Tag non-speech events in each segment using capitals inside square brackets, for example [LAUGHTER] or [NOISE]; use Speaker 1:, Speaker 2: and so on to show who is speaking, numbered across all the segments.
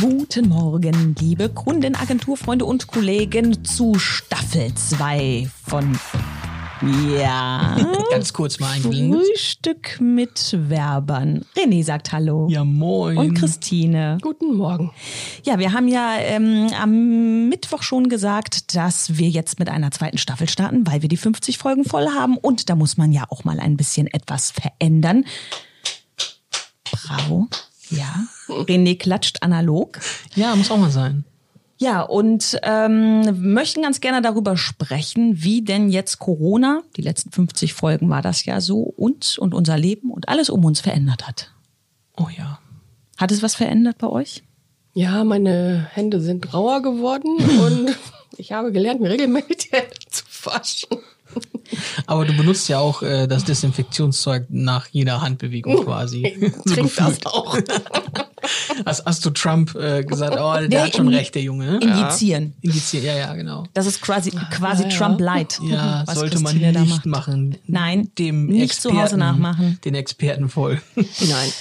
Speaker 1: Guten Morgen, liebe Kunden, Agenturfreunde und Kollegen zu Staffel 2 von ja.
Speaker 2: [LAUGHS] Ganz kurz mal eingeblendet.
Speaker 1: Frühstück mit Werbern. René sagt Hallo.
Speaker 2: Ja, moin.
Speaker 1: Und Christine.
Speaker 3: Guten Morgen.
Speaker 1: Ja, wir haben ja ähm, am Mittwoch schon gesagt, dass wir jetzt mit einer zweiten Staffel starten, weil wir die 50 Folgen voll haben. Und da muss man ja auch mal ein bisschen etwas verändern. Bravo. Ja. René klatscht analog.
Speaker 2: Ja, muss auch mal sein.
Speaker 1: Ja, und ähm, möchten ganz gerne darüber sprechen, wie denn jetzt Corona, die letzten 50 Folgen war das ja so, uns und unser Leben und alles um uns verändert hat.
Speaker 2: Oh ja.
Speaker 1: Hat es was verändert bei euch?
Speaker 3: Ja, meine Hände sind
Speaker 2: [LAUGHS]
Speaker 3: rauer geworden und ich habe gelernt, mir regelmäßig die Hände zu waschen.
Speaker 2: Aber du benutzt ja auch äh, das Desinfektionszeug nach jeder
Speaker 1: [LAUGHS]
Speaker 2: Handbewegung quasi.
Speaker 3: Ich trink das
Speaker 2: gefühlt.
Speaker 3: auch.
Speaker 2: [LAUGHS] Hast, hast du Trump äh, gesagt, oh, der, hat schon
Speaker 1: in-
Speaker 2: recht, der Junge. ne?
Speaker 1: Injizieren.
Speaker 2: Indiziert, ja, ja, genau.
Speaker 1: Das ist quasi, quasi
Speaker 3: ja, ja.
Speaker 1: Trump Light.
Speaker 2: Ja,
Speaker 1: was
Speaker 2: sollte man
Speaker 1: Christine da
Speaker 2: nicht
Speaker 1: macht.
Speaker 2: machen.
Speaker 1: Nein,
Speaker 2: Dem
Speaker 1: nicht zu
Speaker 2: Experten,
Speaker 1: Hause nachmachen.
Speaker 2: Den Experten voll. [LAUGHS]
Speaker 3: Nein.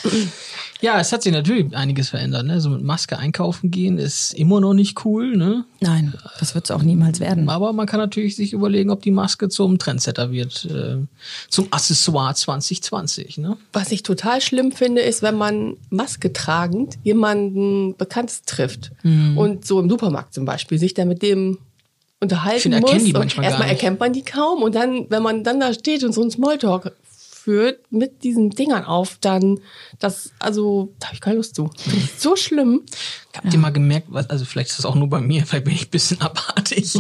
Speaker 2: ja, es hat sich natürlich einiges verändert. Ne? So mit Maske einkaufen gehen ist immer noch nicht cool. Ne?
Speaker 1: Nein, das wird es auch niemals werden.
Speaker 2: Aber man kann natürlich sich überlegen, ob die Maske zum Trendsetter wird. Äh, zum Accessoire 2020. Ne?
Speaker 3: Was ich total schlimm finde, ist, wenn man Maske tragend jemanden Bekanntes trifft
Speaker 2: Mhm.
Speaker 3: und so im Supermarkt zum Beispiel sich dann mit dem
Speaker 2: Ich
Speaker 3: unterhalten
Speaker 2: finde,
Speaker 3: muss.
Speaker 2: erkennen die
Speaker 3: und
Speaker 2: manchmal gar
Speaker 3: erstmal
Speaker 2: nicht.
Speaker 3: erkennt man die kaum und dann, wenn man dann da steht und so einen Smalltalk führt mit diesen Dingern auf, dann das, also da habe ich keine Lust zu. [LAUGHS] Finde ich so schlimm.
Speaker 2: Habt ihr mal gemerkt, was, also vielleicht ist das auch nur bei mir, [LAUGHS] vielleicht bin ich ein bisschen abartig.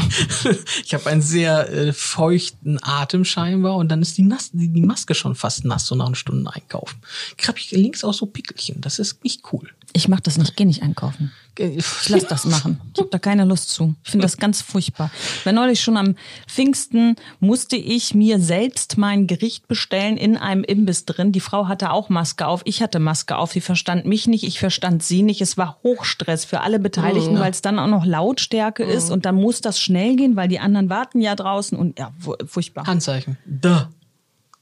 Speaker 2: ich habe einen sehr äh, feuchten Atem scheinbar und dann ist die, nass, die, die Maske schon fast nass, so nach einer Stunde einkaufen. Krieg ich links auch so Pickelchen, das ist nicht cool.
Speaker 1: Ich mache das nicht, gehe nicht einkaufen.
Speaker 2: Äh,
Speaker 1: Ich lasse das machen. Ich habe da keine Lust zu. Ich finde das ganz furchtbar. Weil neulich schon am Pfingsten musste ich mir selbst mein Gericht bestellen in einem Imbiss drin. Die Frau hatte auch Maske auf. Ich hatte Maske auf. Sie verstand mich nicht. Ich verstand sie nicht. Es war Hochstress für alle Beteiligten,
Speaker 2: Oh.
Speaker 1: weil es dann auch noch Lautstärke ist. Und dann muss das schnell gehen, weil die anderen warten ja draußen. Und ja, fu- furchtbar.
Speaker 2: Handzeichen. Da.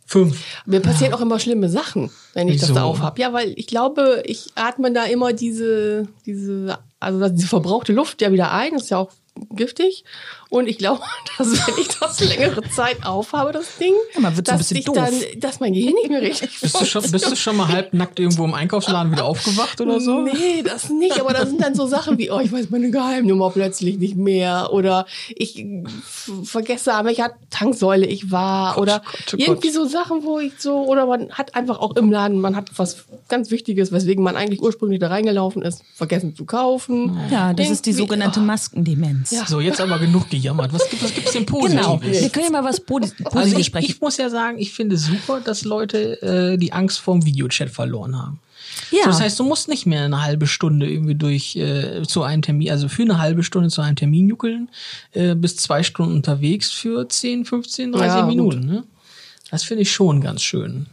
Speaker 2: Fünf.
Speaker 3: Mir passieren auch immer schlimme Sachen, wenn ich das
Speaker 2: Wieso?
Speaker 3: da aufhab. Ja, weil ich glaube, ich atme da immer diese, diese, also das- diese verbrauchte Luft ja wieder ein, ist ja auch giftig. Und ich glaube, [LAUGHS] dass wenn ich das längere Zeit aufhabe, das Ding,
Speaker 1: Ja, man wird so ein
Speaker 3: dass,
Speaker 1: bisschen
Speaker 3: ich
Speaker 1: doof.
Speaker 3: dann, dass mein Gehirn nicht mehr richtig
Speaker 2: Bist du, schon, bist du schon mal halbnackt irgendwo im Einkaufsladen wieder aufgewacht oder so?
Speaker 3: Nee, das nicht. Aber das sind dann so Sachen wie, oh, ich weiß meine Geheimnummer plötzlich nicht mehr. Oder ich f- vergesse, an welcher Tanksäule ich war. oder
Speaker 2: Gott, oh
Speaker 3: irgendwie
Speaker 2: Gott.
Speaker 3: so Sachen, wo ich so, oder man hat einfach auch im Laden, man hat was ganz Wichtiges, weswegen man eigentlich ursprünglich da reingelaufen ist, vergessen zu kaufen. ah,
Speaker 1: Ja, das ist die
Speaker 3: Irgendwie-
Speaker 2: Ah.
Speaker 1: sogenannte Maskendemenz.
Speaker 2: So, jetzt aber genug gejammert. Was, gibt- was gibt's denn Positives?
Speaker 1: Genau. Wir können ja mal was Posi- Positives
Speaker 2: Also ich,
Speaker 1: sprechen.
Speaker 2: ich muss ja sagen, ich finde super, dass Leute äh, die Angst vorm Videochat verloren haben.
Speaker 1: Ja.
Speaker 2: So, das heißt, du musst nicht mehr eine halbe Stunde irgendwie durch äh, zu einem Termin, also für eine halbe Stunde zu einem Termin juckeln, äh, bis zwei Stunden unterwegs für 10, 15, 30
Speaker 3: Ja, gut.
Speaker 2: Minuten. Ne? Das finde ich schon ganz schön.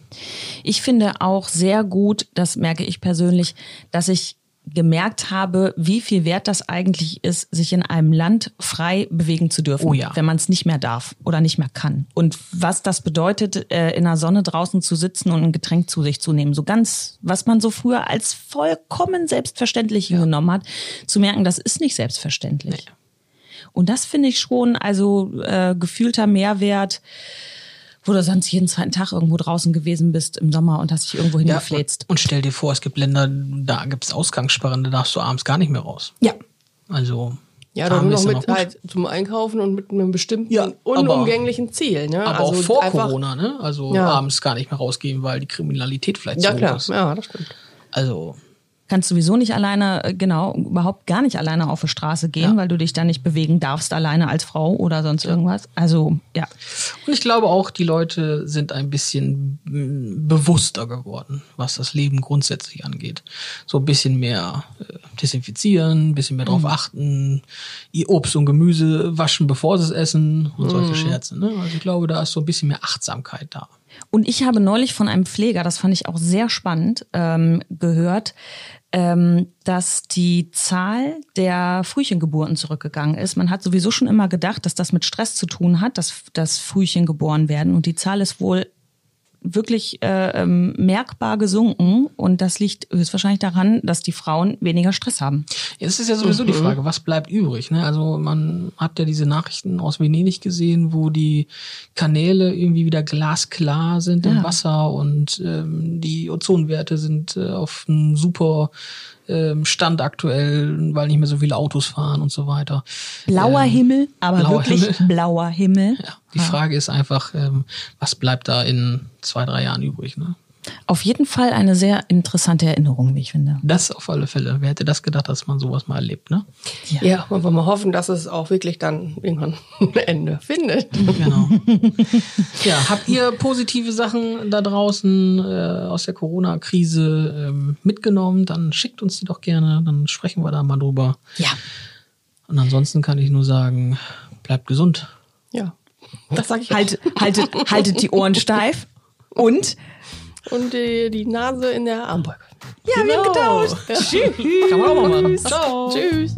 Speaker 1: Ich finde auch sehr gut, das merke ich persönlich, dass ich gemerkt habe, wie viel wert das eigentlich ist, sich in einem Land frei bewegen zu dürfen,
Speaker 2: Oh ja.
Speaker 1: wenn man es nicht mehr darf oder nicht mehr kann. Und was das bedeutet, äh, in der Sonne draußen zu sitzen und ein Getränk zu sich zu nehmen. So ganz, was man so früher als vollkommen selbstverständlich hingenommen hat, zu merken, das ist nicht selbstverständlich. Und das finde ich schon, also äh, gefühlter Mehrwert, wo du sonst jeden zweiten Tag irgendwo draußen gewesen bist im Sommer und hast dich irgendwo hingefläzt.
Speaker 2: Und stell dir vor, es gibt Länder, da gibt's Ausgangssperren, da darfst du abends gar nicht mehr raus.
Speaker 1: Ja.
Speaker 2: Also
Speaker 3: Ja, doch
Speaker 2: abends
Speaker 3: nur noch
Speaker 2: ist ja
Speaker 3: mit
Speaker 2: gut.
Speaker 3: halt zum Einkaufen und mit einem bestimmten
Speaker 2: Ja, aber-
Speaker 3: unumgänglichen Ziel. Ne?
Speaker 2: Aber
Speaker 3: Also
Speaker 2: auch vor
Speaker 3: einfach-
Speaker 2: Corona, ne? Also
Speaker 3: Ja.
Speaker 2: abends gar nicht mehr rausgehen, weil die Kriminalität vielleicht
Speaker 3: Ja,
Speaker 2: so
Speaker 3: klar.
Speaker 2: hoch ist.
Speaker 3: Ja, das stimmt.
Speaker 2: Also
Speaker 1: Kannst sowieso nicht alleine, äh, genau, überhaupt gar nicht alleine auf die Straße gehen,
Speaker 2: Ja.
Speaker 1: weil du dich da nicht bewegen darfst, alleine als Frau oder sonst irgendwas. Also, ja.
Speaker 2: Und ich glaube auch, die Leute sind ein bisschen mm, bewusster geworden, was das Leben grundsätzlich angeht. So ein bisschen mehr äh, desinfizieren, ein bisschen mehr drauf achten, ihr Obst und Gemüse waschen, bevor sie es essen und solche Scherze. Ne? Also ich glaube, da ist so ein bisschen mehr Achtsamkeit da.
Speaker 1: Und ich habe neulich von einem Pfleger, das fand ich auch sehr spannend, ähm, gehört, ähm, dass die Zahl der Frühchengeburten zurückgegangen ist. Man hat sowieso schon immer gedacht, dass das mit Stress zu tun hat, dass, dass Frühchen geboren werden. Und die Zahl ist wohl wirklich äh, ähm, merkbar gesunken und das liegt höchstwahrscheinlich daran, dass die Frauen weniger Stress haben.
Speaker 2: Jetzt ist ja sowieso
Speaker 1: Mhm.
Speaker 2: die Frage, was bleibt übrig? Ne? Also man hat ja diese Nachrichten aus Venedig gesehen, wo die Kanäle irgendwie wieder glasklar sind im
Speaker 1: Ja.
Speaker 2: Wasser und ähm, die Ozonwerte sind äh, auf einem super ähm, Stand aktuell, weil nicht mehr so viele Autos fahren und so weiter.
Speaker 1: Blauer
Speaker 2: Ähm,
Speaker 1: Himmel, aber
Speaker 2: blauer
Speaker 1: wirklich
Speaker 2: Himmel.
Speaker 1: blauer Himmel.
Speaker 2: Ja, die Frage ist einfach, ähm, was bleibt da in zwei, drei Jahren übrig? Ne?
Speaker 1: Auf jeden Fall eine sehr interessante Erinnerung, wie ich finde.
Speaker 2: Das auf alle Fälle. Wer hätte das gedacht, dass man sowas mal erlebt, ne?
Speaker 3: Ja, wollen wir mal hoffen, dass es auch wirklich dann irgendwann [LAUGHS] ein Ende findet.
Speaker 2: Genau. [LAUGHS] ja, habt ihr positive Sachen da draußen äh, aus der Corona-Krise ähm, mitgenommen? Dann schickt uns die doch gerne, dann sprechen wir da mal drüber.
Speaker 1: Ja.
Speaker 2: Und ansonsten kann ich nur sagen, bleibt gesund.
Speaker 3: Ja, das sage ich auch.
Speaker 1: Haltet, Halt, haltet, haltet die Ohren steif und
Speaker 3: Und die, die Nase in der Armbeuge.
Speaker 1: ja, wir haben getauscht.
Speaker 3: Ja. Tschüss.
Speaker 2: Kann man auch mal machen.
Speaker 3: Ciao. Tschüss.